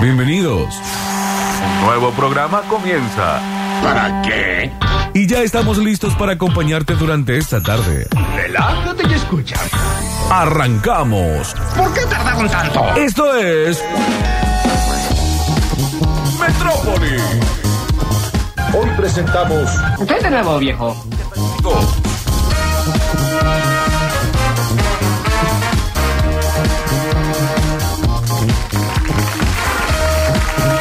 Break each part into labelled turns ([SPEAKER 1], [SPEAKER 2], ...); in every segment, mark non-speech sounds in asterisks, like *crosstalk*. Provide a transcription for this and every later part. [SPEAKER 1] Bienvenidos.
[SPEAKER 2] Un nuevo programa comienza.
[SPEAKER 3] ¿Para qué?
[SPEAKER 1] Y ya estamos listos para acompañarte durante esta tarde.
[SPEAKER 3] Relájate y escucha.
[SPEAKER 1] Arrancamos.
[SPEAKER 3] ¿Por qué tardaron tanto?
[SPEAKER 1] Esto es Metrópoli.
[SPEAKER 4] Hoy presentamos
[SPEAKER 5] ¿Qué de nuevo, viejo?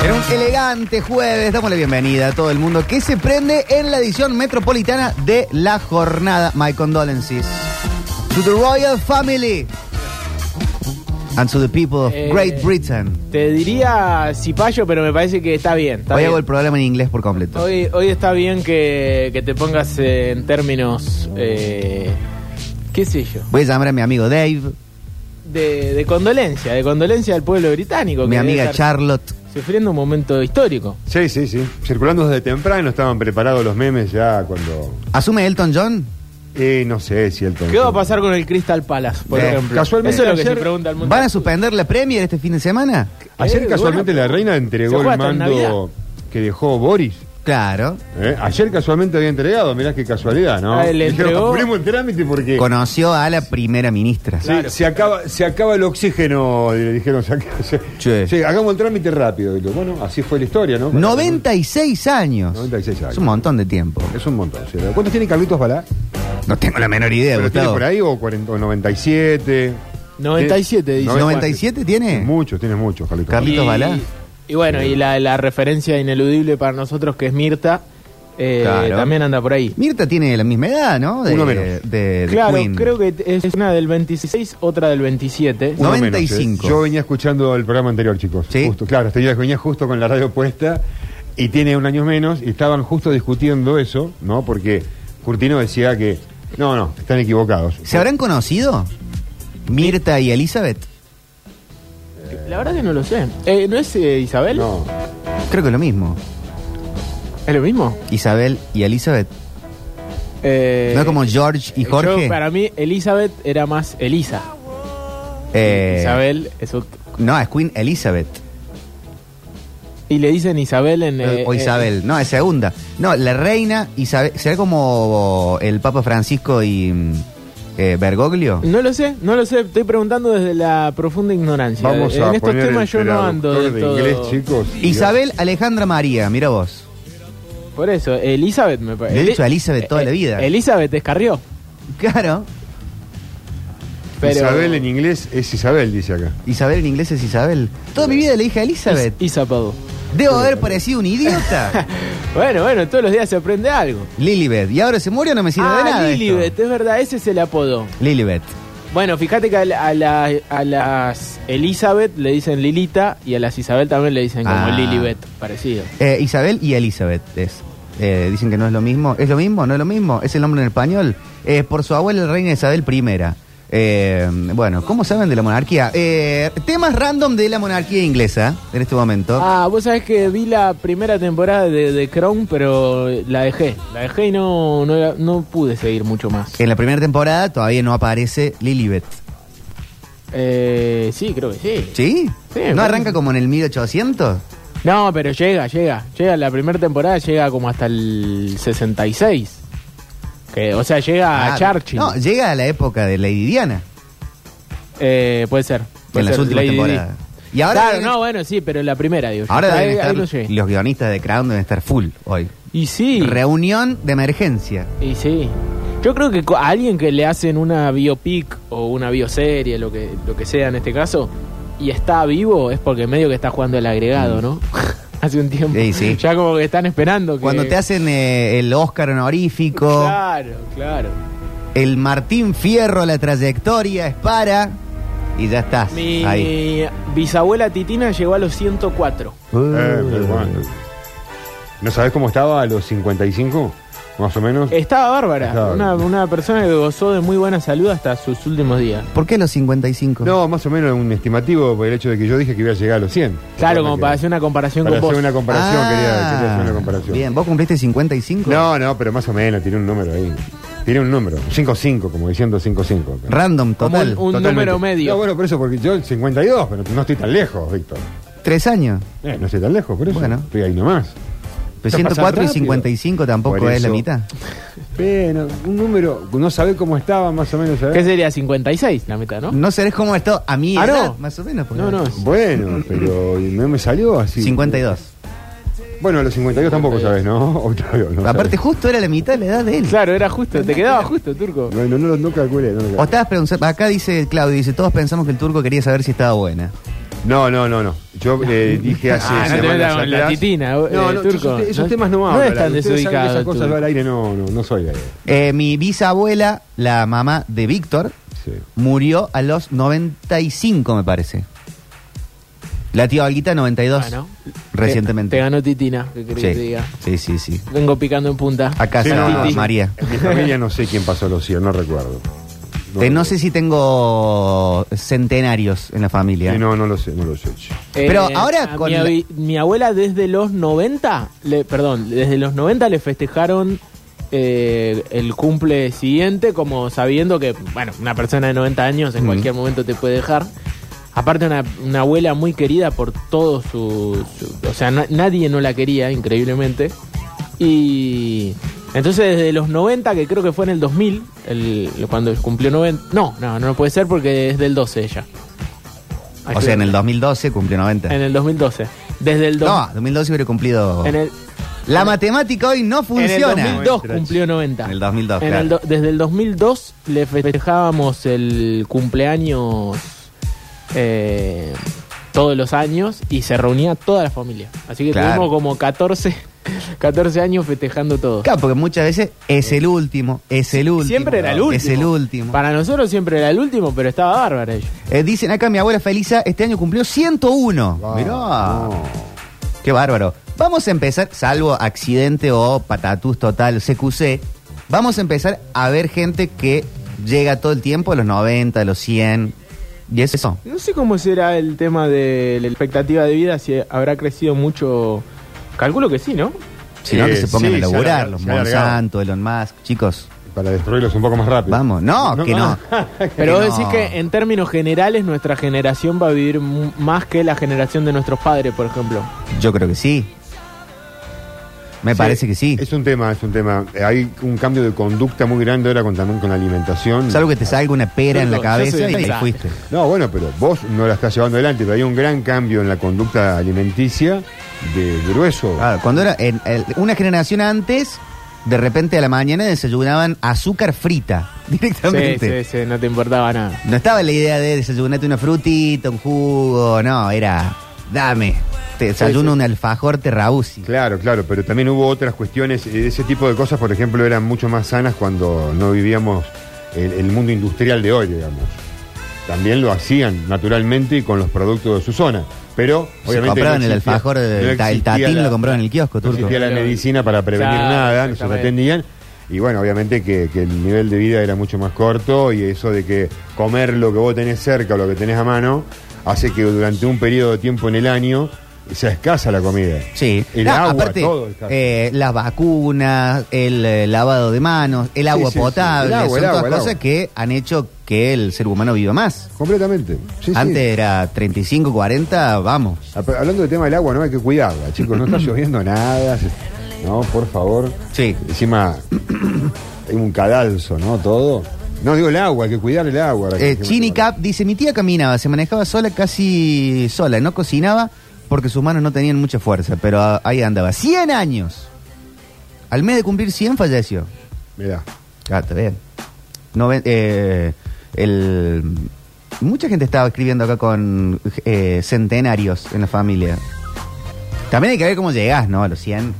[SPEAKER 6] En un elegante jueves, damos la bienvenida a todo el mundo que se prende en la edición metropolitana de la jornada. My condolences to the royal family and to the people of
[SPEAKER 7] Eh,
[SPEAKER 6] Great Britain.
[SPEAKER 7] Te diría cipayo, pero me parece que está bien. Está
[SPEAKER 6] Hoy
[SPEAKER 7] bien.
[SPEAKER 6] hago el programa en inglés por completo.
[SPEAKER 7] Hoy, hoy está bien que, que te pongas eh, en términos, eh, qué sé yo,
[SPEAKER 6] Voy a llamar a mi amigo Dave,
[SPEAKER 7] de, de condolencia, de condolencia al pueblo británico.
[SPEAKER 6] mi
[SPEAKER 7] que
[SPEAKER 6] amiga
[SPEAKER 7] debe estar
[SPEAKER 6] Charlotte.
[SPEAKER 7] Sufriendo un momento histórico.
[SPEAKER 8] Sí, sí, sí. Circulando desde temprano, estaban preparados los memes ya cuando.
[SPEAKER 6] ¿Asume Elton John?
[SPEAKER 8] Eh, no sé si el
[SPEAKER 7] ¿Qué va a pasar con el Crystal Palace, por
[SPEAKER 6] Eh,
[SPEAKER 7] ejemplo?
[SPEAKER 8] casualmente
[SPEAKER 7] Eso es lo que
[SPEAKER 8] ayer-
[SPEAKER 7] se pregunta al mundo.
[SPEAKER 6] ¿Van a suspender la Premier este fin de semana?
[SPEAKER 8] Ayer
[SPEAKER 7] Eh,
[SPEAKER 8] casualmente
[SPEAKER 7] bueno,
[SPEAKER 8] la reina
[SPEAKER 7] se
[SPEAKER 8] entregó
[SPEAKER 7] juega
[SPEAKER 8] el
[SPEAKER 7] hasta en
[SPEAKER 8] mando que dejó Boris.
[SPEAKER 6] Claro.
[SPEAKER 8] ¿eh? Ayer casualmente había entregado, mirá qué casualidad, ¿no?
[SPEAKER 7] Ah,
[SPEAKER 8] Dijeron,
[SPEAKER 7] le entregó-
[SPEAKER 8] "Ponemos en trámite porque.
[SPEAKER 6] Conoció a la primera ministra.
[SPEAKER 8] Sí, se, acaba, se acaba el oxígeno, le dijeron. Se acaba- se-
[SPEAKER 6] Che.
[SPEAKER 8] sí, hagamos el trámite rápido. Y lo- bueno, así fue la historia, ¿no?
[SPEAKER 6] 96 años.
[SPEAKER 8] 96 años.
[SPEAKER 6] Es un montón de tiempo.
[SPEAKER 8] Es un montón. ¿sí? ¿Cuántos tiene Carlitos Balá?
[SPEAKER 6] No tengo la menor idea,
[SPEAKER 8] ¿Pero tiene
[SPEAKER 6] Gustavo.
[SPEAKER 8] por ahí o, 40 o 97?
[SPEAKER 7] 97 dice.
[SPEAKER 8] Noventa-
[SPEAKER 6] 97 tiene.
[SPEAKER 8] Muchos, tiene muchos, Carlitos. Balá.
[SPEAKER 6] Carlitos Balá.
[SPEAKER 7] Y bueno, y la, la referencia ineludible para nosotros que es Mirta, eh,
[SPEAKER 6] Claro.
[SPEAKER 7] también anda por ahí.
[SPEAKER 6] Mirta tiene la misma edad, ¿no? De,
[SPEAKER 8] Uno menos.
[SPEAKER 6] De, de
[SPEAKER 7] Claro,
[SPEAKER 6] Queen.
[SPEAKER 7] creo que es una del 26, otra del 27.
[SPEAKER 6] No.
[SPEAKER 8] Uno menos,
[SPEAKER 6] 95.
[SPEAKER 8] ¿eh? Yo venía escuchando el programa anterior, chicos.
[SPEAKER 6] Sí.
[SPEAKER 8] Justo, claro, este día venía justo con la radio puesta y tiene un año menos y estaban justo discutiendo eso, ¿no? Porque Curtino decía que no, no, están equivocados.
[SPEAKER 6] ¿Se habrán conocido? Mirta y Elizabeth.
[SPEAKER 7] La verdad que no lo sé. Eh, ¿No es eh, Isabel?
[SPEAKER 8] No,
[SPEAKER 6] Creo que lo mismo.
[SPEAKER 7] ¿Es lo mismo?
[SPEAKER 6] Isabel y Elizabeth.
[SPEAKER 7] Eh,
[SPEAKER 6] no es como George y
[SPEAKER 7] yo,
[SPEAKER 6] Jorge.
[SPEAKER 7] para mí, Elizabeth era más Elisa.
[SPEAKER 6] Eh,
[SPEAKER 7] Isabel es ot-
[SPEAKER 6] No, es Queen Elizabeth.
[SPEAKER 7] Y le dicen Isabel en... eh,
[SPEAKER 6] o
[SPEAKER 7] eh,
[SPEAKER 6] Isabel. no, es segunda. No, la reina Isabel. ¿Será como el Papa Francisco y mm, eh, Bergoglio?
[SPEAKER 7] no lo sé, no lo sé. Estoy preguntando desde la profunda ignorancia.
[SPEAKER 8] vamos
[SPEAKER 7] en
[SPEAKER 8] a
[SPEAKER 7] estos
[SPEAKER 8] poner
[SPEAKER 7] temas
[SPEAKER 8] el
[SPEAKER 7] yo no ando
[SPEAKER 8] traductor
[SPEAKER 7] del
[SPEAKER 8] de
[SPEAKER 7] todo.
[SPEAKER 8] inglés, chicos.
[SPEAKER 6] Isabel Alejandra María, mira vos.
[SPEAKER 7] Por eso, Elizabeth me parece.
[SPEAKER 6] Le he dicho Elizabeth toda la vida.
[SPEAKER 7] Elizabeth es Carrió.
[SPEAKER 6] Claro.
[SPEAKER 7] Pero
[SPEAKER 8] Isabel en inglés es Isabel, dice acá.
[SPEAKER 6] Isabel en inglés es Isabel. Toda mi vida le dije a Elizabeth.
[SPEAKER 7] Is- Isabel.
[SPEAKER 6] Debo haber parecido un idiota.
[SPEAKER 7] Bueno, bueno, todos los días se aprende algo.
[SPEAKER 6] Lilibet. Y ahora se murió, no me sirve de
[SPEAKER 7] ah,
[SPEAKER 6] nada. esto.
[SPEAKER 7] Lilibet, es verdad, ese es el apodo.
[SPEAKER 6] Lilibet.
[SPEAKER 7] Bueno, fíjate que a, la- a la- a las Elizabeth le dicen Lilita y a las Isabel también le dicen como
[SPEAKER 6] Ah.
[SPEAKER 7] Lilibet, parecido.
[SPEAKER 6] Eh, Isabel y Elizabeth es. Eh, dicen que no es lo mismo. ¿Es lo mismo? ¿No es lo mismo? ¿Es el nombre en español? Eh, por su abuela, la reina Isabel I. Eh, bueno, ¿cómo saben de la monarquía? Eh, temas random de la monarquía inglesa en este momento.
[SPEAKER 7] Ah, vos sabés que vi la primera temporada de, de Crown, pero la dejé. La dejé y no, no, no pude seguir mucho más.
[SPEAKER 6] En la primera temporada todavía no aparece Lilibet.
[SPEAKER 7] Eh, sí, creo que sí.
[SPEAKER 6] ¿Sí?
[SPEAKER 7] Sí,
[SPEAKER 6] ¿No
[SPEAKER 7] bueno.
[SPEAKER 6] arranca como en el 1800?
[SPEAKER 7] No, pero llega, llega. Llega la primera temporada, llega como hasta el 66. Que, o sea, llega a
[SPEAKER 6] Ah,
[SPEAKER 7] Churchill.
[SPEAKER 6] No, llega a la época de Lady Diana.
[SPEAKER 7] Eh, puede ser. puede
[SPEAKER 6] en las
[SPEAKER 7] ser,
[SPEAKER 6] últimas
[SPEAKER 7] Lady Di.
[SPEAKER 6] temporadas. Y ahora,
[SPEAKER 7] claro,
[SPEAKER 6] deben-
[SPEAKER 7] no, bueno, sí, pero la primera, digo. yo.
[SPEAKER 6] ahora
[SPEAKER 7] Ahí-
[SPEAKER 6] deben
[SPEAKER 7] ahí
[SPEAKER 6] estar
[SPEAKER 7] no llegué.
[SPEAKER 6] los guionistas de Crown deben estar full hoy.
[SPEAKER 7] Y sí,
[SPEAKER 6] Reunión de emergencia.
[SPEAKER 7] y sí. Yo creo que co- a alguien que le hacen una biopic o una bioserie, lo que, lo que sea en este caso, y está vivo, es porque medio que está jugando el agregado, ¿no? *laughs* Hace un tiempo.
[SPEAKER 6] Sí, sí.
[SPEAKER 7] Ya como que están esperando que...
[SPEAKER 6] Cuando te hacen eh, el Oscar honorífico,
[SPEAKER 7] Claro, claro.
[SPEAKER 6] el Martín Fierro, la trayectoria es para. Y ya estás.
[SPEAKER 7] Mi Eh,
[SPEAKER 6] Ahí.
[SPEAKER 7] bisabuela Titina llegó a los 104.
[SPEAKER 8] Eh, pero bueno. ¿No sabés cómo estaba a los 55? Más o menos.
[SPEAKER 7] Estaba bárbara,
[SPEAKER 8] Estaba
[SPEAKER 7] una,
[SPEAKER 8] bien.
[SPEAKER 7] una persona que gozó de muy buena salud hasta sus últimos días.
[SPEAKER 6] ¿Por qué los 55?
[SPEAKER 8] No, más o menos un estimativo por el hecho de que yo dije que iba a llegar a los 100.
[SPEAKER 7] Claro, como
[SPEAKER 8] Que-
[SPEAKER 7] para hacer una comparación
[SPEAKER 8] para
[SPEAKER 7] con vos.
[SPEAKER 8] hacer una comparación,
[SPEAKER 6] Ah,
[SPEAKER 8] quería, quería hacer una comparación.
[SPEAKER 6] Bien, ¿vos cumpliste 55?
[SPEAKER 8] No, no, pero más o menos tiene un número ahí. Tiene un número, 5-5, como diciendo 5-5.
[SPEAKER 6] Random,
[SPEAKER 7] Como
[SPEAKER 6] total.
[SPEAKER 7] un- un
[SPEAKER 8] Totalmente.
[SPEAKER 7] número medio.
[SPEAKER 8] No, bueno, por eso, porque yo el 52, pero no estoy tan lejos, Víctor.
[SPEAKER 6] Tres años.
[SPEAKER 8] Eh, no sé tan lejos, por eso.
[SPEAKER 6] Bueno.
[SPEAKER 8] Estoy ahí nomás. Está
[SPEAKER 6] Pero 104 y
[SPEAKER 8] pasando
[SPEAKER 6] 55 tampoco
[SPEAKER 8] Por
[SPEAKER 6] es la
[SPEAKER 8] eso.
[SPEAKER 6] mitad.
[SPEAKER 8] Bueno, un número, no sabe cómo estaba más o menos. ¿sabés?
[SPEAKER 7] ¿Qué sería? 56 la mitad, ¿no?
[SPEAKER 6] No serás cómo esto a mi
[SPEAKER 7] Ah,
[SPEAKER 6] edad,
[SPEAKER 7] no.
[SPEAKER 6] más o menos. porque-
[SPEAKER 7] No, no. es-
[SPEAKER 8] Bueno, pero no me salió así.
[SPEAKER 6] 52.
[SPEAKER 8] Bueno, los 52 tampoco sabes, ¿no? *laughs* Octavio, no
[SPEAKER 6] Aparte,
[SPEAKER 8] sabés.
[SPEAKER 6] justo era la mitad de la edad de él.
[SPEAKER 7] Claro, era justo. Te quedaba justo, turco.
[SPEAKER 8] No, no, no, lo- no calculé. No, lo calculé.
[SPEAKER 6] O estabas preguntando. Acá dice Claudio, dice, todos pensamos que el turco quería saber si estaba buena.
[SPEAKER 8] no, no, no, no. Yo
[SPEAKER 7] *laughs*
[SPEAKER 8] eh, dije hace
[SPEAKER 7] Ah, no te
[SPEAKER 8] semanas
[SPEAKER 7] metas con la
[SPEAKER 8] atrás-
[SPEAKER 7] titina, eh,
[SPEAKER 8] no, no, yo
[SPEAKER 7] turco.
[SPEAKER 8] esos te- esos
[SPEAKER 7] No-
[SPEAKER 8] temas
[SPEAKER 7] no
[SPEAKER 8] no hablo.
[SPEAKER 7] es tan
[SPEAKER 8] Ustedes saben que
[SPEAKER 7] desubicado
[SPEAKER 8] Esas
[SPEAKER 7] el
[SPEAKER 8] cosas
[SPEAKER 7] turco.
[SPEAKER 8] al aire no, no, no soy de aire.
[SPEAKER 6] Eh, mi bisabuela, la mamá de Víctor,
[SPEAKER 8] Sí.
[SPEAKER 6] murió a los 95, me parece. La tía Olguita, 92.
[SPEAKER 7] Bueno.
[SPEAKER 6] Recientemente.
[SPEAKER 7] Ah, Te, te ganó Titina, que querés que te
[SPEAKER 6] sí.
[SPEAKER 7] diga.
[SPEAKER 6] sí, sí, sí.
[SPEAKER 7] Vengo picando en punta.
[SPEAKER 6] Acá
[SPEAKER 8] Sí,
[SPEAKER 6] está
[SPEAKER 8] no, no.
[SPEAKER 6] María.
[SPEAKER 8] En mi familia no sé quién pasó los 100, no recuerdo.
[SPEAKER 6] Eh, no sé si tengo centenarios en la familia.
[SPEAKER 8] Eh, no, no lo sé, no lo sé. che.
[SPEAKER 6] Pero ahora
[SPEAKER 7] Eh, a
[SPEAKER 6] con
[SPEAKER 7] mi,
[SPEAKER 6] la-
[SPEAKER 7] abi- mi abuela desde los 90, le, perdón, desde los 90 le festejaron eh, el cumple siguiente, como sabiendo que, bueno, una persona de 90 años en
[SPEAKER 6] Mm.
[SPEAKER 7] cualquier momento te puede dejar. Aparte, una, una abuela muy querida por todo su. su- o sea, na- nadie no la quería, increíblemente. Y. Entonces, desde los 90, que creo que fue en el 2000, el, cuando cumplió 90. No, no, no puede ser porque es del 12 ella.
[SPEAKER 6] o sea, en el 2012 cumplió 90.
[SPEAKER 7] En el 2012. Desde el, do-
[SPEAKER 6] No, 2012 hubiera cumplido...
[SPEAKER 7] en el,
[SPEAKER 6] La matemática hoy no
[SPEAKER 7] en el
[SPEAKER 6] funciona.
[SPEAKER 7] 2002 cumplió 90.
[SPEAKER 6] En el 2002,
[SPEAKER 7] En el
[SPEAKER 6] claro.
[SPEAKER 7] do- desde el 2002 le festejábamos el cumpleaños eh, todos los años y se reunía toda la familia. Así que
[SPEAKER 6] Claro.
[SPEAKER 7] tuvimos como *laughs* 14, 14 años festejando todo.
[SPEAKER 6] Claro, porque muchas veces es el último, es el último.
[SPEAKER 7] Siempre era el último.
[SPEAKER 6] Es el último.
[SPEAKER 7] Para nosotros siempre era el último, pero estaba bárbaro ello.
[SPEAKER 6] Eh, dicen acá, mi abuela Felisa este año cumplió 101.
[SPEAKER 8] Ah,
[SPEAKER 6] Mirá,
[SPEAKER 8] no.
[SPEAKER 6] qué bárbaro. Vamos a empezar, salvo accidente o patatús total, CQC, vamos a empezar a ver gente que llega todo el tiempo a los 90, a los 100. Y es eso.
[SPEAKER 7] No sé cómo será el tema de la expectativa de vida, si habrá crecido mucho. Calculo que sí, ¿no?
[SPEAKER 6] Si no,
[SPEAKER 8] Eh,
[SPEAKER 6] que se pongan
[SPEAKER 8] sí,
[SPEAKER 6] a
[SPEAKER 8] se ha
[SPEAKER 6] laburar,
[SPEAKER 8] alargado,
[SPEAKER 6] los
[SPEAKER 8] se ha alargado.
[SPEAKER 6] Monsanto, Elon Musk, chicos.
[SPEAKER 8] Para destruirlos un poco más rápido.
[SPEAKER 6] Vamos, no, que no.
[SPEAKER 7] Pero vos
[SPEAKER 6] Que no.
[SPEAKER 7] decís que en términos generales nuestra generación va a vivir mu- más que la generación de nuestros padres, por ejemplo.
[SPEAKER 6] Yo creo
[SPEAKER 8] *laughs*
[SPEAKER 6] que sí. Me
[SPEAKER 8] Sí,
[SPEAKER 6] parece que sí.
[SPEAKER 8] Es un tema, es un tema. Eh, Hay un cambio de conducta muy grande ahora con, también con la alimentación.
[SPEAKER 6] Salvo que te salga una pera en la
[SPEAKER 7] Perdón, yo soy
[SPEAKER 6] cabeza y ahí
[SPEAKER 7] desastre.
[SPEAKER 6] fuiste.
[SPEAKER 8] No, bueno, pero vos no la estás llevando adelante, pero hay un gran cambio en la conducta alimenticia de grueso.
[SPEAKER 6] Ah, cuando era en- en- una generación antes, de repente a la mañana desayunaban azúcar frita *laughs*
[SPEAKER 7] Sí, sí,
[SPEAKER 6] directamente.
[SPEAKER 7] sí, no te importaba nada.
[SPEAKER 6] No estaba la idea de desayunarte una frutita, un jugo, no, era dame. Te desayuno
[SPEAKER 7] sí.
[SPEAKER 6] un alfajor terrausi.
[SPEAKER 8] Claro, claro, pero también hubo otras cuestiones. eh, Ese tipo de cosas, por ejemplo, eran mucho más sanas cuando no vivíamos el, el mundo industrial de hoy, digamos. También lo hacían naturalmente y con los productos de su zona. Pero,
[SPEAKER 6] Se
[SPEAKER 8] obviamente.
[SPEAKER 6] compraban
[SPEAKER 8] no
[SPEAKER 6] el
[SPEAKER 8] existía-
[SPEAKER 6] alfajor, el ta- el
[SPEAKER 8] existía
[SPEAKER 6] tatín lo compraban en el kiosco,
[SPEAKER 8] No
[SPEAKER 6] turco.
[SPEAKER 8] existía la
[SPEAKER 7] Claro.
[SPEAKER 8] medicina para prevenir
[SPEAKER 7] Claro,
[SPEAKER 8] nada, no se
[SPEAKER 7] exactamente.
[SPEAKER 8] atendían. Y bueno, obviamente que, que el nivel de vida era mucho más corto y eso de que comer lo que vos tenés cerca o lo que tenés a mano hace que durante un periodo de tiempo en el año sea escasa la comida.
[SPEAKER 6] Sí.
[SPEAKER 8] El
[SPEAKER 6] No,
[SPEAKER 8] agua,
[SPEAKER 6] aparte,
[SPEAKER 8] todo está-
[SPEAKER 6] eh, las vacunas, el eh, lavado de manos, el agua
[SPEAKER 8] sí, sí.
[SPEAKER 6] potable,
[SPEAKER 8] El agua,
[SPEAKER 6] son
[SPEAKER 8] el
[SPEAKER 6] todas
[SPEAKER 8] agua, el
[SPEAKER 6] cosas
[SPEAKER 8] agua.
[SPEAKER 6] que han hecho que el ser humano viva más.
[SPEAKER 8] Completamente. Sí, sí.
[SPEAKER 6] Antes era 35, 40, vamos.
[SPEAKER 8] Ah, pero Hablando del tema del agua, no hay que cuidarla, chicos.
[SPEAKER 6] *clears throat*
[SPEAKER 8] No está lloviendo nada. se- No, por favor.
[SPEAKER 6] Sí. Eh,
[SPEAKER 8] Encima hay un cadalso, ¿no? Todo. No, digo el agua, hay que cuidar el agua. la
[SPEAKER 6] Eh,
[SPEAKER 8] que-
[SPEAKER 6] Chini Cap dice, mi tía caminaba, se manejaba sola, casi sola, no cocinaba porque sus manos no tenían mucha fuerza, pero ah, ahí andaba. 100 años. Al mes de cumplir 100 falleció.
[SPEAKER 8] Mirá.
[SPEAKER 6] Ah, está bien. Noven- eh, el, mucha gente estaba escribiendo acá con eh, centenarios en la familia. También hay que ver cómo llegás, ¿no? A los 100.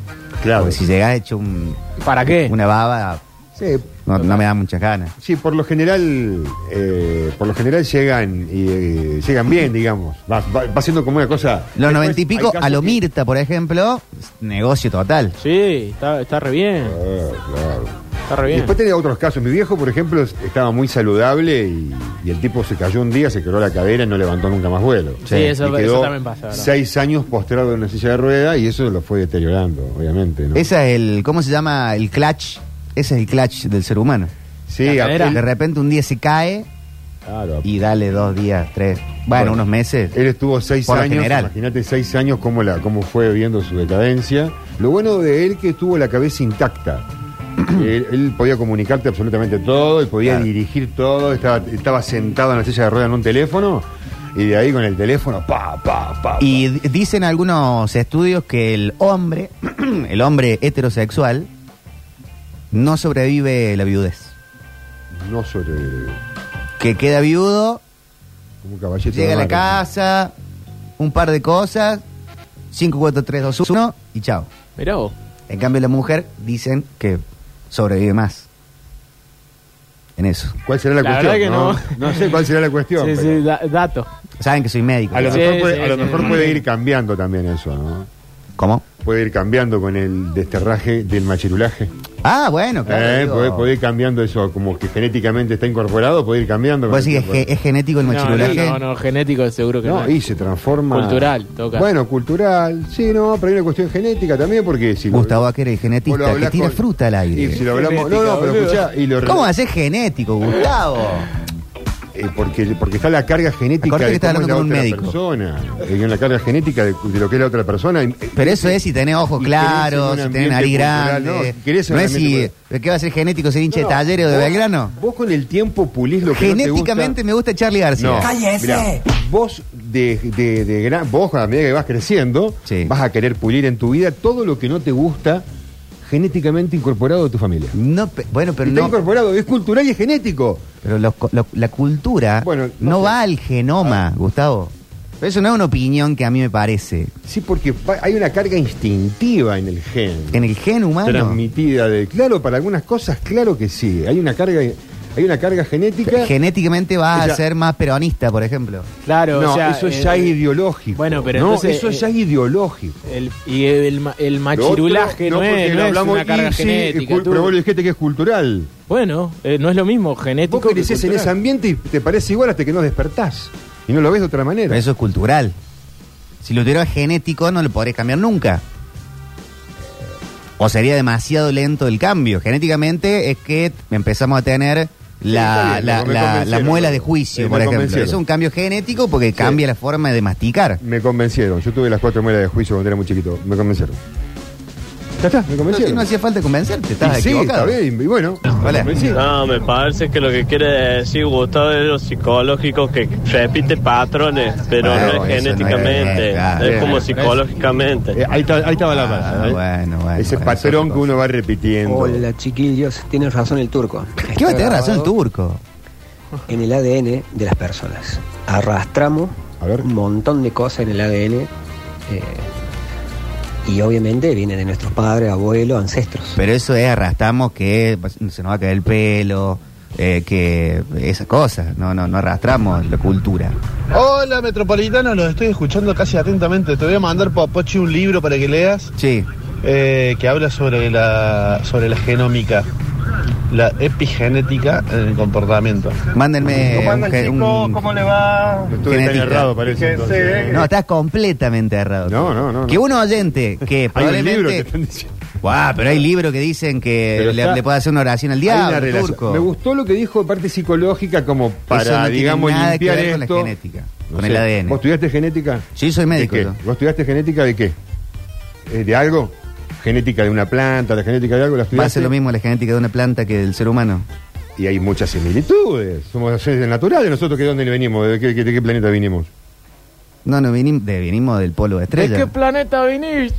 [SPEAKER 8] Claro.
[SPEAKER 6] Porque si llegás hecho un-
[SPEAKER 7] ¿Para qué?
[SPEAKER 6] una baba,
[SPEAKER 8] Sí,
[SPEAKER 6] no, no me da muchas ganas.
[SPEAKER 8] sí, por lo general, eh, por lo general llegan y eh, llegan bien, digamos. Va, va- va siendo como una cosa. Después,
[SPEAKER 6] Los noventa y pico,
[SPEAKER 8] hay casos
[SPEAKER 6] a lo
[SPEAKER 8] que-
[SPEAKER 6] Mirta, por ejemplo, negocio total.
[SPEAKER 7] Sí, está, está re bien.
[SPEAKER 8] Ah, claro.
[SPEAKER 7] Está re
[SPEAKER 8] Y
[SPEAKER 7] bien.
[SPEAKER 8] Después tenía otros casos. Mi viejo, por ejemplo, es- estaba muy saludable y, y el tipo se cayó un día, se quebró la cadera y no levantó nunca más vuelo.
[SPEAKER 7] Sí, eso-
[SPEAKER 8] Y
[SPEAKER 7] eso
[SPEAKER 8] quedó
[SPEAKER 7] también pasa, ¿verdad?
[SPEAKER 8] Seis años postrado en una silla de rueda y eso lo fue deteriorando, obviamente. ¿no?
[SPEAKER 6] Ese es el, ¿cómo se llama? El clutch. Ese es el clutch del ser humano.
[SPEAKER 8] sí,
[SPEAKER 7] La cadera.
[SPEAKER 8] él-
[SPEAKER 6] De repente un día se cae
[SPEAKER 8] Claro.
[SPEAKER 6] Y dale dos días, tres, bueno,
[SPEAKER 8] Bueno.
[SPEAKER 6] unos meses.
[SPEAKER 8] Él estuvo seis
[SPEAKER 6] Por lo
[SPEAKER 8] años,
[SPEAKER 6] general.
[SPEAKER 8] imagínate seis años cómo, la, cómo fue viendo su decadencia. Lo bueno de él que tuvo la cabeza
[SPEAKER 6] *clears throat*
[SPEAKER 8] intacta. él, él podía comunicarte absolutamente todo, él podía
[SPEAKER 6] Claro.
[SPEAKER 8] dirigir todo, estaba, estaba sentado en la silla de ruedas en un teléfono y de ahí con el teléfono, pa, pa, pa.
[SPEAKER 6] Y d- dicen algunos estudios que el hombre, *clears throat* el hombre heterosexual, no sobrevive la viudez.
[SPEAKER 8] pa. No sobre.
[SPEAKER 6] Que queda viudo,
[SPEAKER 8] Como un caballito.
[SPEAKER 6] llega a
[SPEAKER 8] de
[SPEAKER 6] la
[SPEAKER 8] mar.
[SPEAKER 6] casa, un par de cosas, 5, 4, 3, 2, 1 y chao.
[SPEAKER 7] Mirá vos.
[SPEAKER 6] En cambio la mujer dicen que sobrevive más. En eso.
[SPEAKER 8] ¿Cuál será la,
[SPEAKER 7] La
[SPEAKER 8] cuestión?
[SPEAKER 7] verdad que
[SPEAKER 8] no?
[SPEAKER 7] no.
[SPEAKER 8] No sé cuál será la cuestión.
[SPEAKER 7] Sí,
[SPEAKER 8] pero
[SPEAKER 7] sí, da- dato.
[SPEAKER 6] Saben que soy médico.
[SPEAKER 8] A lo
[SPEAKER 7] Sí,
[SPEAKER 8] mejor,
[SPEAKER 7] sí,
[SPEAKER 8] puede, a lo
[SPEAKER 7] sí,
[SPEAKER 8] mejor
[SPEAKER 7] sí.
[SPEAKER 8] puede ir cambiando también eso, ¿no?
[SPEAKER 6] ¿Cómo?
[SPEAKER 8] Puede ir cambiando con el desterraje del machirulaje.
[SPEAKER 6] Ah, bueno, claro.
[SPEAKER 8] Eh,
[SPEAKER 6] digo,
[SPEAKER 8] puede, puede ir cambiando eso, como que genéticamente está incorporado, puede ir cambiando. con
[SPEAKER 6] ¿Vos decís
[SPEAKER 8] el
[SPEAKER 6] que es,
[SPEAKER 8] tiempo.
[SPEAKER 6] ge- es genético el ¿eh?
[SPEAKER 7] No,
[SPEAKER 6] machirulaje?
[SPEAKER 7] no, no, no, genético seguro que no.
[SPEAKER 8] No, y se transforma.
[SPEAKER 7] Cultural, toca.
[SPEAKER 8] Bueno, cultural, sí, no, pero hay una cuestión genética también, porque si. lo-
[SPEAKER 6] Gustavo Acker, el
[SPEAKER 8] vos lo
[SPEAKER 6] genetista, que
[SPEAKER 8] hablás
[SPEAKER 6] tira
[SPEAKER 8] con-
[SPEAKER 6] fruta al aire.
[SPEAKER 8] Y si lo hablamos. No,
[SPEAKER 7] Genética,
[SPEAKER 8] no, pero
[SPEAKER 7] boludo.
[SPEAKER 8] escuchá. Y lo,
[SPEAKER 6] ¿Cómo haces genético, Gustavo?
[SPEAKER 8] Eh, porque, porque está la carga genética
[SPEAKER 6] Acordate
[SPEAKER 8] de
[SPEAKER 6] que estás
[SPEAKER 8] cómo es la
[SPEAKER 6] hablando con un
[SPEAKER 8] otra
[SPEAKER 6] médico.
[SPEAKER 8] persona. Hay una carga genética de, de lo que es la otra persona. y- eh,
[SPEAKER 6] Pero eso es si tenés ojos
[SPEAKER 8] Y
[SPEAKER 6] claros,
[SPEAKER 8] querés
[SPEAKER 6] si
[SPEAKER 8] en un
[SPEAKER 6] tenés nariz
[SPEAKER 8] ambiente cultural,
[SPEAKER 6] grande.
[SPEAKER 8] ¿no?
[SPEAKER 6] No,
[SPEAKER 8] Querés en un
[SPEAKER 6] es si.
[SPEAKER 8] ambiente
[SPEAKER 6] ¿Qué va a ser genético ser hincha
[SPEAKER 8] No,
[SPEAKER 6] de Talleres o de
[SPEAKER 8] vos-
[SPEAKER 6] Belgrano?
[SPEAKER 8] Vos con el tiempo pulís lo que no te gusta.
[SPEAKER 6] Genéticamente me gusta Charlie García.
[SPEAKER 8] No, mirá, vos de, de, de gran- vos a medida que vas creciendo,
[SPEAKER 6] Sí.
[SPEAKER 8] vas a querer pulir en tu vida todo lo que no te gusta genéticamente incorporado de tu familia.
[SPEAKER 6] No, pe- bueno, pero
[SPEAKER 8] Está
[SPEAKER 6] no.
[SPEAKER 8] incorporado, es cultural y es genético.
[SPEAKER 6] Pero los co- lo- la cultura
[SPEAKER 8] Bueno,
[SPEAKER 6] no,
[SPEAKER 8] no sé. Ah.
[SPEAKER 6] va al genoma, Gustavo. Pero eso no es una opinión que a mí me parece.
[SPEAKER 8] Sí, porque va- hay una carga instintiva en el gen.
[SPEAKER 6] En el gen humano,
[SPEAKER 8] transmitida de. Claro, para algunas cosas, claro que sí. Hay una carga, hay una carga genética.
[SPEAKER 6] genéticamente vas a
[SPEAKER 8] Ella-
[SPEAKER 6] ser más peronista, por ejemplo.
[SPEAKER 7] Claro,
[SPEAKER 8] no,
[SPEAKER 7] o sea,
[SPEAKER 8] eso
[SPEAKER 7] eh,
[SPEAKER 8] ya es ideológico.
[SPEAKER 7] bueno, pero
[SPEAKER 8] no,
[SPEAKER 7] entonces,
[SPEAKER 8] eso ya
[SPEAKER 7] eh,
[SPEAKER 8] es ideológico.
[SPEAKER 7] El, y el, ma- el
[SPEAKER 8] Lo otro,
[SPEAKER 7] machirulaje no,
[SPEAKER 8] porque
[SPEAKER 7] es,
[SPEAKER 8] lo
[SPEAKER 7] no es
[SPEAKER 8] hablamos-
[SPEAKER 7] una carga
[SPEAKER 8] y sí, es
[SPEAKER 7] genética.
[SPEAKER 8] cul-
[SPEAKER 7] tú.
[SPEAKER 8] pero vos lo dijiste que es cultural.
[SPEAKER 7] Bueno, eh, no es lo mismo
[SPEAKER 8] Vos
[SPEAKER 7] genético. que
[SPEAKER 8] creces en
[SPEAKER 7] cultural.
[SPEAKER 8] ese ambiente y te parece igual hasta que no despertás. Y no lo ves de otra manera.
[SPEAKER 6] Pero eso es cultural. Si lo tuviera genético, no lo podrías cambiar nunca. O sería demasiado lento el cambio. Genéticamente es que empezamos a tener
[SPEAKER 8] está
[SPEAKER 6] la,
[SPEAKER 8] bien, no, me
[SPEAKER 6] la- la-
[SPEAKER 8] convencieron.
[SPEAKER 6] la muela de
[SPEAKER 8] Eh,
[SPEAKER 6] juicio,
[SPEAKER 8] me
[SPEAKER 6] por ejemplo.
[SPEAKER 8] convencieron.
[SPEAKER 6] Es un cambio genético porque cambia la forma de masticar.
[SPEAKER 8] Me convencieron. Yo tuve las cuatro muelas de juicio cuando era muy chiquito. Me convencieron. Ya está, me
[SPEAKER 6] No,
[SPEAKER 8] convencieron.
[SPEAKER 6] no hacía falta convencerte, estabas
[SPEAKER 8] Y sí, está
[SPEAKER 6] equivocado.
[SPEAKER 8] bien. Y bueno,
[SPEAKER 6] Hola.
[SPEAKER 8] me convencí.
[SPEAKER 5] No, me parece que lo que quiere decir Gustavo es lo psicológico que repite patrones, pero
[SPEAKER 6] Bueno,
[SPEAKER 5] no
[SPEAKER 6] eso
[SPEAKER 5] es genéticamente,
[SPEAKER 6] no es-
[SPEAKER 5] es,
[SPEAKER 6] claro.
[SPEAKER 5] como
[SPEAKER 8] Bien.
[SPEAKER 5] psicológicamente.
[SPEAKER 8] Eh, ahí, está- ahí estaba la masa.
[SPEAKER 6] Ah,
[SPEAKER 8] ¿eh?
[SPEAKER 6] bueno, bueno,
[SPEAKER 8] Ese
[SPEAKER 6] bueno,
[SPEAKER 8] patrón
[SPEAKER 6] esas
[SPEAKER 8] que uno va repitiendo.
[SPEAKER 9] Hola chiquillos, tienes razón el turco.
[SPEAKER 6] ¿Qué va a tener
[SPEAKER 9] Está
[SPEAKER 6] razón el
[SPEAKER 9] grabado
[SPEAKER 6] turco?
[SPEAKER 9] En el ADN de las personas. Arrastramos
[SPEAKER 8] A ver.
[SPEAKER 9] un montón de cosas en el ADN eh, y obviamente vienen de nuestros padres, abuelos, ancestros.
[SPEAKER 6] Pero eso es arrastramos que se nos va a caer el pelo, eh, que esas cosas. No, no, no arrastramos la cultura.
[SPEAKER 10] Hola Metropolitano, los estoy escuchando casi atentamente. Te voy a mandar Papochi un libro para que leas
[SPEAKER 6] Sí.
[SPEAKER 10] eh, que habla sobre la, sobre la genómica, la epigenética en el comportamiento.
[SPEAKER 6] Mándenme un,
[SPEAKER 7] Eh,
[SPEAKER 6] ge- un-
[SPEAKER 5] le va?
[SPEAKER 8] Estuve tan
[SPEAKER 6] Genetista.
[SPEAKER 8] errado, parece. entonces. ¿eh?
[SPEAKER 6] No, estás completamente errado.
[SPEAKER 8] No, no, no,
[SPEAKER 6] Que
[SPEAKER 8] no. *laughs*
[SPEAKER 6] un oyente que
[SPEAKER 8] Hay un
[SPEAKER 6] probablemente...
[SPEAKER 8] libro que están diciendo.
[SPEAKER 6] Guau, pero hay libros que dicen que
[SPEAKER 8] Pero
[SPEAKER 6] le,
[SPEAKER 8] está-
[SPEAKER 6] le puede hacer una oración al
[SPEAKER 8] Hay una
[SPEAKER 6] diablo,
[SPEAKER 8] relación.
[SPEAKER 6] turco.
[SPEAKER 8] Me gustó lo que dijo parte psicológica como
[SPEAKER 6] Eso
[SPEAKER 8] para,
[SPEAKER 6] no tiene
[SPEAKER 8] digamos,
[SPEAKER 6] nada que
[SPEAKER 8] limpiar
[SPEAKER 6] ver con la
[SPEAKER 8] esto.
[SPEAKER 6] genética,
[SPEAKER 8] No
[SPEAKER 6] con
[SPEAKER 8] sé,
[SPEAKER 6] el ADN.
[SPEAKER 8] ¿Vos estudiaste genética?
[SPEAKER 6] Sí, soy médico
[SPEAKER 8] ¿De qué?
[SPEAKER 6] yo.
[SPEAKER 8] ¿Vos estudiaste genética de qué? Eh, ¿De algo? ¿Genética de una planta? ¿La genética de algo? ¿La
[SPEAKER 6] Va a
[SPEAKER 8] estudiaste?
[SPEAKER 6] ser lo mismo la genética de una planta que del ser humano.
[SPEAKER 8] Y hay muchas similitudes. Somos seres naturales nosotros. ¿De dónde venimos? ¿De qué, de qué planeta vinimos?
[SPEAKER 6] No, no, vinim- de- vinimos del polo de
[SPEAKER 7] ¿De
[SPEAKER 6] estrella.
[SPEAKER 7] qué planeta viniste?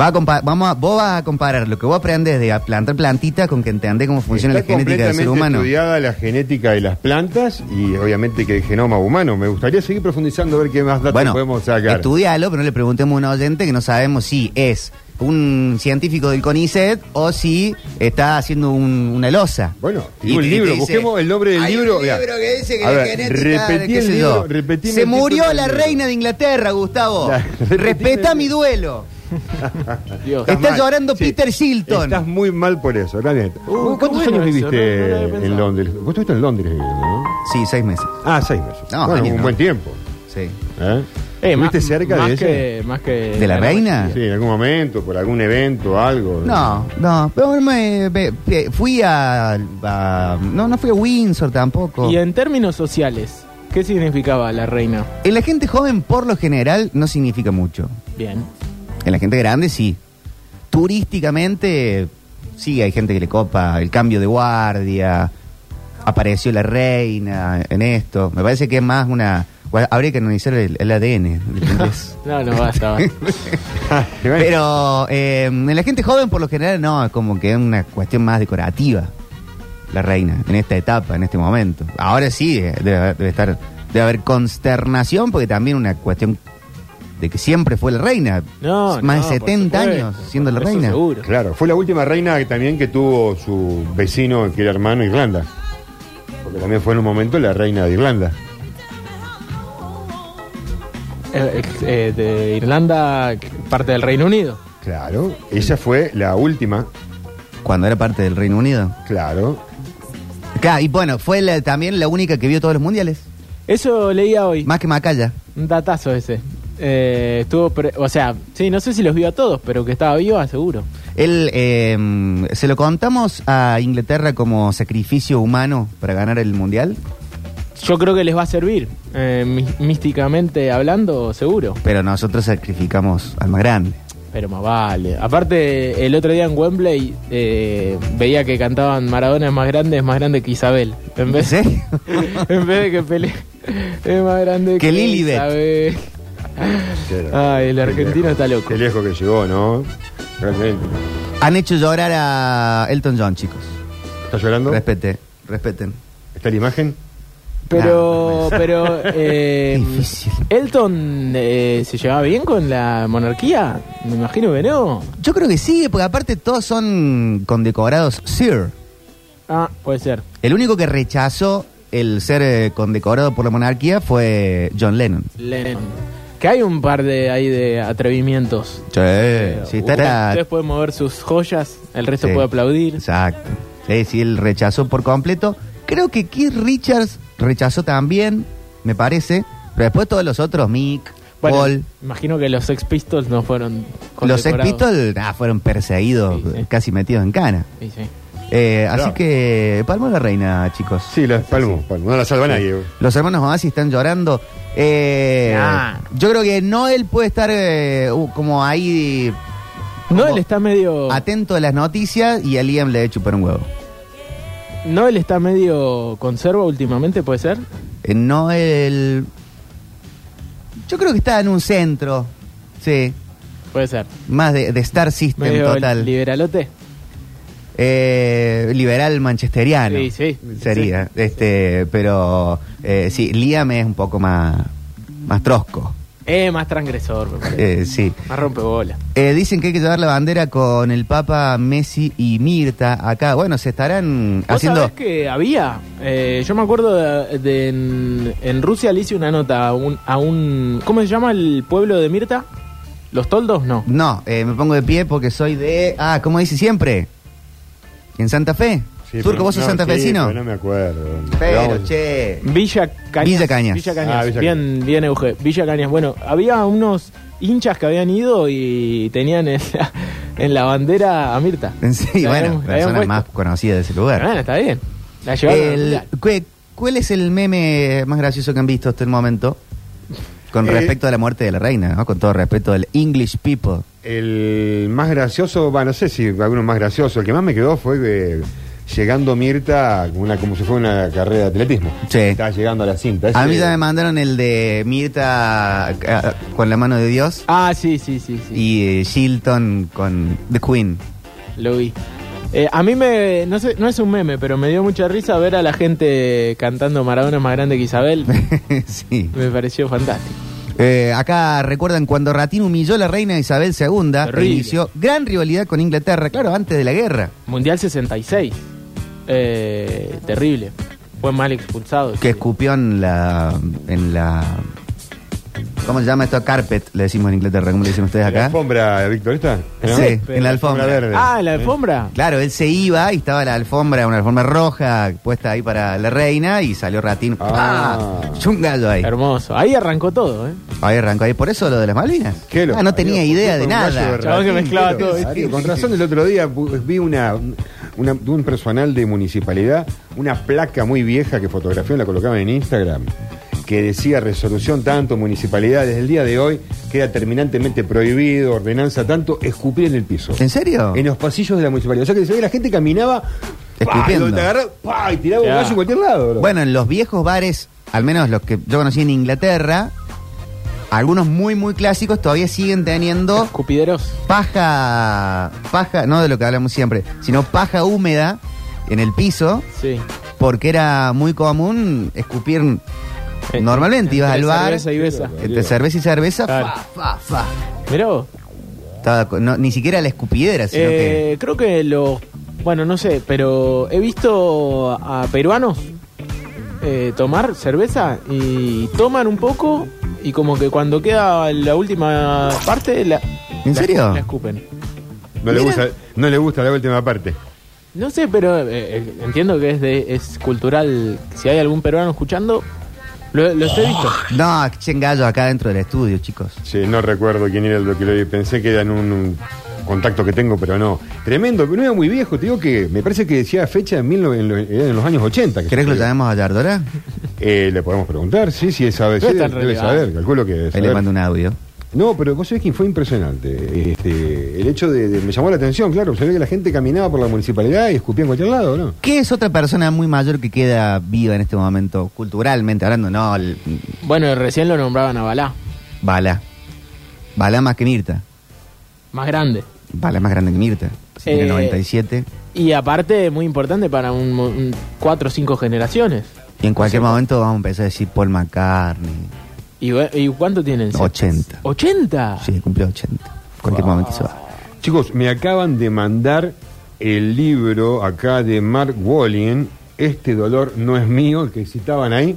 [SPEAKER 6] Va a compa- vamos a, vos vas a comparar lo que vos aprendes de plantar plantitas con que entendés cómo funciona
[SPEAKER 8] Está
[SPEAKER 6] la genética del ser
[SPEAKER 8] completamente
[SPEAKER 6] humano.
[SPEAKER 8] estudiada la genética de las plantas y obviamente que el genoma humano. Me gustaría seguir profundizando a ver qué más datos
[SPEAKER 6] Bueno,
[SPEAKER 8] podemos sacar.
[SPEAKER 6] estudialo, pero no le preguntemos a un oyente que no sabemos si es un científico del CONICET o si está haciendo un- una losa.
[SPEAKER 8] Bueno,
[SPEAKER 6] Y
[SPEAKER 8] digo
[SPEAKER 6] te-
[SPEAKER 8] el
[SPEAKER 6] te
[SPEAKER 8] libro,
[SPEAKER 6] dice,
[SPEAKER 8] busquemos el nombre del
[SPEAKER 6] "Hay un
[SPEAKER 8] libro. mirá.
[SPEAKER 6] libro que dice que
[SPEAKER 8] A
[SPEAKER 6] la
[SPEAKER 8] ver,
[SPEAKER 6] genética,
[SPEAKER 8] repetí
[SPEAKER 6] qué
[SPEAKER 8] el
[SPEAKER 6] sé yo".
[SPEAKER 8] libro, repetí
[SPEAKER 6] Se
[SPEAKER 8] el título
[SPEAKER 6] murió
[SPEAKER 8] del
[SPEAKER 6] la
[SPEAKER 8] libro.
[SPEAKER 6] reina de Inglaterra, Gustavo.
[SPEAKER 8] La- *laughs*
[SPEAKER 6] Respeta
[SPEAKER 8] repetime-
[SPEAKER 6] mi duelo.
[SPEAKER 7] Dios.
[SPEAKER 8] Estás
[SPEAKER 6] Está
[SPEAKER 8] mal.
[SPEAKER 6] llorando
[SPEAKER 8] Sí.
[SPEAKER 6] Peter Shilton.
[SPEAKER 8] Estás muy mal por eso, realmente.
[SPEAKER 7] Uh, qué
[SPEAKER 8] ¿Cuántos
[SPEAKER 7] bueno
[SPEAKER 8] años
[SPEAKER 7] eso,
[SPEAKER 8] viviste
[SPEAKER 7] no- no lo había pensado.
[SPEAKER 8] en Londres? Vos estuviste en Londres, ¿no?
[SPEAKER 6] Sí, seis meses.
[SPEAKER 8] Ah, seis meses.
[SPEAKER 6] No,
[SPEAKER 8] bueno,
[SPEAKER 6] años
[SPEAKER 8] un
[SPEAKER 6] no.
[SPEAKER 8] buen tiempo.
[SPEAKER 6] Sí.
[SPEAKER 8] ¿eh?
[SPEAKER 7] Eh,
[SPEAKER 8] ¿Estuviste
[SPEAKER 7] más-
[SPEAKER 8] cerca de
[SPEAKER 7] más
[SPEAKER 8] ese?
[SPEAKER 7] que- más que
[SPEAKER 6] ¿De la reina?
[SPEAKER 8] Sí, en algún momento, por algún evento, algo.
[SPEAKER 6] No, no, pero me, me- me- fui a, a- No, no fui a Windsor tampoco.
[SPEAKER 7] Y en términos sociales, ¿qué significaba la reina?
[SPEAKER 6] En la gente joven, por lo general, no significa mucho.
[SPEAKER 7] Bien.
[SPEAKER 6] En la gente grande, sí. Turísticamente, sí, hay gente que le copa el cambio de guardia. Apareció la reina en esto. Me parece que es más una. bueno, habría que analizar el, el ADN. del inglés.
[SPEAKER 7] No, no
[SPEAKER 6] *laughs*
[SPEAKER 7] basta. basta.
[SPEAKER 8] Y bueno,
[SPEAKER 6] Pero eh, en la gente joven, por lo general, no, es como que es una cuestión más decorativa. La reina, en esta etapa, en este momento. Ahora sí, eh, debe, haber- debe estar, debe haber consternación, porque también una cuestión de que siempre fue la reina.
[SPEAKER 7] No,
[SPEAKER 6] Más
[SPEAKER 7] no,
[SPEAKER 6] de
[SPEAKER 7] por
[SPEAKER 6] 70
[SPEAKER 7] supuesto,
[SPEAKER 6] años siendo la
[SPEAKER 7] eso
[SPEAKER 6] reina.
[SPEAKER 7] Seguro.
[SPEAKER 8] Claro, fue la última reina que también que tuvo su vecino, que era hermano, Irlanda. Porque también fue en un momento la reina de Irlanda.
[SPEAKER 7] Eh, eh, de Irlanda, parte del Reino Unido.
[SPEAKER 8] Claro, ella fue la última,
[SPEAKER 6] Cuando era parte del Reino Unido.
[SPEAKER 8] claro.
[SPEAKER 6] Claro, y bueno, fue la- también la única que vio todos los mundiales.
[SPEAKER 7] Eso leía hoy.
[SPEAKER 6] Más que Macaya.
[SPEAKER 7] Un datazo ese. Eh, estuvo, pre- o sea, sí, no sé si los vio a todos, pero que estaba viva, seguro.
[SPEAKER 6] Él, eh, ¿se lo contamos a Inglaterra como sacrificio humano para ganar el mundial?
[SPEAKER 7] Yo creo que les va a servir, eh, mí- místicamente hablando, seguro.
[SPEAKER 6] Pero nosotros sacrificamos al más grande.
[SPEAKER 7] Pero más vale. Aparte, el otro día en Wembley eh, veía que cantaban Maradona es más grande, es más grande que Isabel. En vez,
[SPEAKER 6] ¿En serio?
[SPEAKER 7] *laughs* en vez de que Pelé es más grande
[SPEAKER 6] Que Lilibet.
[SPEAKER 7] Isabel. Ay, Ah, el argentino está loco.
[SPEAKER 8] Qué lejos que llegó, ¿no? Realmente.
[SPEAKER 6] Han hecho llorar a Elton John, chicos.
[SPEAKER 8] ¿Está llorando?
[SPEAKER 6] Respete, respeten.
[SPEAKER 8] ¿Está la imagen?
[SPEAKER 7] Pero, *laughs* pero, eh,
[SPEAKER 6] Qué Ah, difícil.
[SPEAKER 7] Elton eh, se llevaba bien con la monarquía. Me imagino que no.
[SPEAKER 6] Yo creo que sí, porque aparte todos son condecorados Sir.
[SPEAKER 7] Ah, puede ser.
[SPEAKER 6] El único que rechazó el ser eh, condecorado por la monarquía fue John Lennon.
[SPEAKER 7] Lennon. Que hay un par de ahí de atrevimientos.
[SPEAKER 6] Sí, sí, está era-
[SPEAKER 7] Ustedes pueden mover sus joyas, el resto
[SPEAKER 6] Sí.
[SPEAKER 7] puede aplaudir.
[SPEAKER 6] Exacto. Sí, sí, él rechazó por completo. Creo que Keith Richards rechazó también, me parece. Pero después todos los otros, Mick,
[SPEAKER 7] Bueno,
[SPEAKER 6] Paul,
[SPEAKER 7] imagino que los Sex Pistols no fueron
[SPEAKER 6] los Sex
[SPEAKER 7] condecorados.
[SPEAKER 6] Pistols, ah, fueron perseguidos,
[SPEAKER 7] Sí, sí.
[SPEAKER 6] casi metidos en cana.
[SPEAKER 7] Sí, sí.
[SPEAKER 6] Eh,
[SPEAKER 8] Claro.
[SPEAKER 6] Así que palmo la reina, chicos.
[SPEAKER 8] Sí, la palmo. palmo. No la salva nadie.
[SPEAKER 6] Los hermanos Oasis están llorando. Eh,
[SPEAKER 7] Nah.
[SPEAKER 6] Yo creo que Noel puede estar eh, uh, como ahí
[SPEAKER 7] Noel está medio.
[SPEAKER 6] atento a las noticias y a Liam le debe chupar un huevo.
[SPEAKER 7] Noel está medio conserva últimamente, puede ser.
[SPEAKER 6] Eh, Noel. Yo creo que está en un centro. Sí.
[SPEAKER 7] Puede ser.
[SPEAKER 6] Más de, de Star System
[SPEAKER 7] Medio
[SPEAKER 6] total.
[SPEAKER 7] liberalote.
[SPEAKER 6] Eh, liberal manchesteriano.
[SPEAKER 7] Sí, sí.
[SPEAKER 6] Sería. Este, pero eh, sí, Liam es un poco más, más trosco.
[SPEAKER 7] Eh, más transgresor, me parece.
[SPEAKER 6] Eh, sí.
[SPEAKER 7] Más rompebola.
[SPEAKER 6] Eh, dicen que hay que llevar la bandera con el Papa, Messi y Mirta acá. Bueno, se estarán
[SPEAKER 7] ¿Vos
[SPEAKER 6] haciendo.
[SPEAKER 7] sabés que había? Eh, yo me acuerdo de, de en, en Rusia le hice una nota a un, a un- ¿Cómo se llama el pueblo de Mirta? ¿Los toldos? No.
[SPEAKER 6] No, eh, me pongo de pie porque soy de. Ah, ¿cómo dice siempre? ¿En Santa Fe?
[SPEAKER 8] Sí,
[SPEAKER 6] Turco,
[SPEAKER 8] pero-
[SPEAKER 6] vos sos
[SPEAKER 8] no,
[SPEAKER 6] santafesino.
[SPEAKER 8] sí, pero no me acuerdo.
[SPEAKER 6] Pero,
[SPEAKER 8] Vamos.
[SPEAKER 6] che.
[SPEAKER 7] Villa Cañas.
[SPEAKER 6] Villa Cañas.
[SPEAKER 7] Villa Cañas.
[SPEAKER 8] Ah, Villa
[SPEAKER 7] bien, bien, Euge. Villa Cañas. Bueno, había unos hinchas que habían ido y tenían en la, en la bandera a Mirta.
[SPEAKER 6] *laughs* Sí, bueno,
[SPEAKER 7] La habían- la habían
[SPEAKER 6] personas
[SPEAKER 7] puesto.
[SPEAKER 6] más conocidas de ese
[SPEAKER 7] Pero
[SPEAKER 6] lugar.
[SPEAKER 7] bueno, está bien. La llevaron.
[SPEAKER 6] El- ¿cu- ¿Cuál es el meme más gracioso que han visto hasta el momento? Con
[SPEAKER 8] Eh,
[SPEAKER 6] respecto a la muerte de la reina, ¿no? Con todo respeto al English people.
[SPEAKER 8] El más gracioso, va, no sé si alguno más gracioso, el que más me quedó fue eh, llegando Mirta como una, como si fuera una carrera de atletismo.
[SPEAKER 6] Sí.
[SPEAKER 8] Estaba llegando a la cinta.
[SPEAKER 6] A
[SPEAKER 8] Ese-
[SPEAKER 6] mí ya me mandaron el de Mirta ah, con la mano de Dios
[SPEAKER 7] Ah, sí, sí, sí. sí.
[SPEAKER 6] y eh, Shilton con The Queen. *laughs*
[SPEAKER 7] Lo vi. Eh, a mí me. No, sé, no es un meme, pero me dio mucha risa ver a la gente cantando Maradona es más grande que
[SPEAKER 6] *laughs*
[SPEAKER 7] Isabel.
[SPEAKER 6] sí.
[SPEAKER 7] Me pareció fantástico.
[SPEAKER 6] Eh, acá recuerdan cuando Ratín humilló a la reina Isabel II,
[SPEAKER 7] Terrible.
[SPEAKER 6] inició gran rivalidad con Inglaterra, claro, antes de la guerra.
[SPEAKER 7] Mundial 66. Eh, terrible. Fue mal expulsado.
[SPEAKER 6] Que
[SPEAKER 7] sí.
[SPEAKER 6] escupió en la. en la. ¿Cómo se llama esto? Carpet, le decimos en Inglaterra, ¿cómo le dicen ustedes
[SPEAKER 8] ¿En la
[SPEAKER 6] acá?
[SPEAKER 8] alfombra, Víctor, esta? ¿No?
[SPEAKER 6] Sí, en la alfombra.
[SPEAKER 8] verde.
[SPEAKER 7] Ah, ¿en la alfombra?
[SPEAKER 6] Claro, él se iba y estaba la alfombra, una alfombra roja puesta ahí para la reina y salió Ratín.
[SPEAKER 8] Ah.
[SPEAKER 6] ¡Ah! Un gallo ahí.
[SPEAKER 7] Hermoso. Ahí arrancó todo, ¿eh.
[SPEAKER 6] Ahí arrancó ahí. Por eso lo de las Malvinas.
[SPEAKER 8] ¿Qué lo
[SPEAKER 6] Ah, no tenía
[SPEAKER 8] parió?
[SPEAKER 6] idea de
[SPEAKER 8] Un gallo
[SPEAKER 6] nada.
[SPEAKER 8] de
[SPEAKER 7] Chabón que
[SPEAKER 8] ratín,
[SPEAKER 7] mezclaba
[SPEAKER 8] ¿qué lo
[SPEAKER 7] todo.
[SPEAKER 8] parió? Con razón, el otro día bu- vi una, una- de un personal de municipalidad, una placa muy vieja que fotografió, la colocaban en Instagram, que decía resolución tanto, municipalidad, desde el día de hoy queda terminantemente prohibido, ordenanza tanto, escupir en el piso.
[SPEAKER 6] ¿En serio?
[SPEAKER 8] En los pasillos de la municipalidad. O sea que se ve la gente caminaba, pa, y
[SPEAKER 6] Escupiendo.
[SPEAKER 8] te agarraba, pa, y tiraba un
[SPEAKER 7] Ya.
[SPEAKER 8] gallo en cualquier lado. bro.
[SPEAKER 6] Bueno, en los viejos bares, al menos los que yo conocí en Inglaterra, algunos muy, muy clásicos todavía siguen teniendo
[SPEAKER 7] Escupideros.
[SPEAKER 6] paja, paja, no de lo que hablamos siempre, sino paja húmeda en el piso,
[SPEAKER 7] Sí.
[SPEAKER 6] porque era muy común escupir normalmente. Ibas
[SPEAKER 7] Eh, Entre
[SPEAKER 6] al bar,
[SPEAKER 7] cerveza y besa.
[SPEAKER 6] entre cerveza y cerveza,
[SPEAKER 7] Claro.
[SPEAKER 6] fa, fa, fa.
[SPEAKER 7] Mirá vos.
[SPEAKER 6] Estaba co- no, ni siquiera la escupidera, sino que...
[SPEAKER 7] Eh, Creo que los. Bueno, no sé, pero he visto a peruanos eh, tomar cerveza y toman un poco y como que cuando queda la última parte la.
[SPEAKER 6] ¿En
[SPEAKER 7] la-
[SPEAKER 6] serio?
[SPEAKER 7] La escupen.
[SPEAKER 8] no, le
[SPEAKER 6] mira.
[SPEAKER 8] gusta, no le gusta la última parte.
[SPEAKER 7] No sé, pero eh, eh, entiendo que es, de, es cultural. Si hay algún peruano escuchando, lo- los he visto.
[SPEAKER 6] No, echen gallo acá dentro del estudio, chicos.
[SPEAKER 8] Sí, no recuerdo quién era el que lo pensé que era en un, un contacto que tengo, pero no. Tremendo, pero no era muy viejo, te digo que me parece que decía fecha en, mil no- en lo- era en los años 80.
[SPEAKER 6] ¿Querés que lo
[SPEAKER 8] se escribió.
[SPEAKER 6] llamemos a Yardora?
[SPEAKER 8] Eh, le podemos preguntar, sí, sí, él sabe,
[SPEAKER 7] No
[SPEAKER 8] sí,
[SPEAKER 7] es tan
[SPEAKER 8] debe
[SPEAKER 7] relevante.
[SPEAKER 8] saber, calculo que debe
[SPEAKER 6] Ahí le
[SPEAKER 8] saber.
[SPEAKER 6] mando un audio.
[SPEAKER 8] No, pero vos sabés que fue impresionante. Este, el hecho de, de- Me llamó la atención, claro, se ve que la gente caminaba por la municipalidad y escupía en cualquier lado, ¿no?
[SPEAKER 6] ¿Qué es otra persona muy mayor que queda viva en este momento, culturalmente hablando? No, el-
[SPEAKER 7] Bueno, recién lo nombraban a Balá,
[SPEAKER 6] Bala. Bala más que Mirta.
[SPEAKER 7] más grande.
[SPEAKER 6] Bala más grande que Mirta. Si Tiene
[SPEAKER 7] Eh,
[SPEAKER 6] 97.
[SPEAKER 7] Y aparte, muy importante para un, mo- un cuatro o cinco generaciones.
[SPEAKER 6] Y en cualquier momento vamos a empezar a decir Paul McCartney.
[SPEAKER 7] ¿Y, bu- y cuánto tienen?
[SPEAKER 6] 80.
[SPEAKER 7] ¿80?
[SPEAKER 6] Sí, cumplió 80. En cualquier momento se va.
[SPEAKER 8] Chicos, me acaban de mandar el libro acá de Mark Wallin, Este dolor no es mío, el que citaban ahí,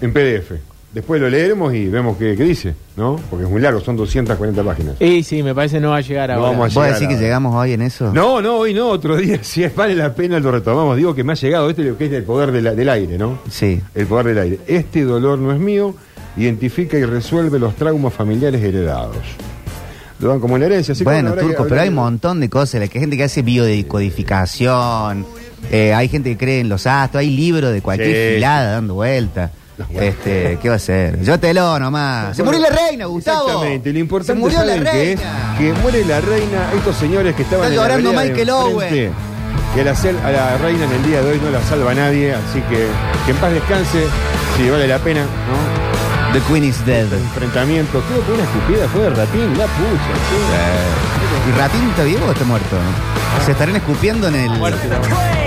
[SPEAKER 8] en PDF. Después lo leeremos y vemos qué, qué dice, ¿no? Porque es muy largo, son 240 páginas.
[SPEAKER 6] Eh.
[SPEAKER 7] Y sí, me parece no va a llegar
[SPEAKER 8] No
[SPEAKER 7] ahora.
[SPEAKER 8] vamos a
[SPEAKER 6] ¿Vos
[SPEAKER 8] llegar
[SPEAKER 6] decís que
[SPEAKER 8] a-
[SPEAKER 6] llegamos hoy en eso?
[SPEAKER 8] No, no, hoy no, otro día, *laughs* si es vale la pena lo retomamos. Digo que me ha llegado este lo que es el poder de la- del aire, ¿no?
[SPEAKER 6] Sí.
[SPEAKER 8] El poder del aire. Este dolor no es mío, identifica y resuelve los traumas familiares heredados. Lo dan como una herencia, así que
[SPEAKER 6] Bueno,
[SPEAKER 8] habrá que-
[SPEAKER 6] turco,
[SPEAKER 8] habrá
[SPEAKER 6] pero hay
[SPEAKER 8] que-
[SPEAKER 6] un montón de cosas. Hay gente que hace biodecodificación. eh, hay gente que cree en los astros. Hay libros de cualquier
[SPEAKER 8] Sí.
[SPEAKER 6] gilada dando vuelta. Este, ¿qué va a ser? Yo te lo nomás. Se murió la reina, Gustavo.
[SPEAKER 8] Exactamente, lo importante
[SPEAKER 6] Se murió
[SPEAKER 8] ¿saben
[SPEAKER 6] la
[SPEAKER 8] qué es
[SPEAKER 6] reina.
[SPEAKER 8] que muere la reina, estos señores que estaban
[SPEAKER 6] Está
[SPEAKER 8] en la
[SPEAKER 6] llorando
[SPEAKER 8] vereda de
[SPEAKER 6] Michael
[SPEAKER 8] enfrente, Que al hacer a la reina en el día de hoy no la salva nadie, así que que en paz descanse, si vale la pena, ¿no?
[SPEAKER 6] The Queen is dead.
[SPEAKER 8] Enfrentamiento, creo que una escupida fue de ratín, la pucha, ¿sí?
[SPEAKER 6] ¿Y Ratín está vivo o está muerto? Se estarán escupiendo en el.
[SPEAKER 7] Muerte, la verdad.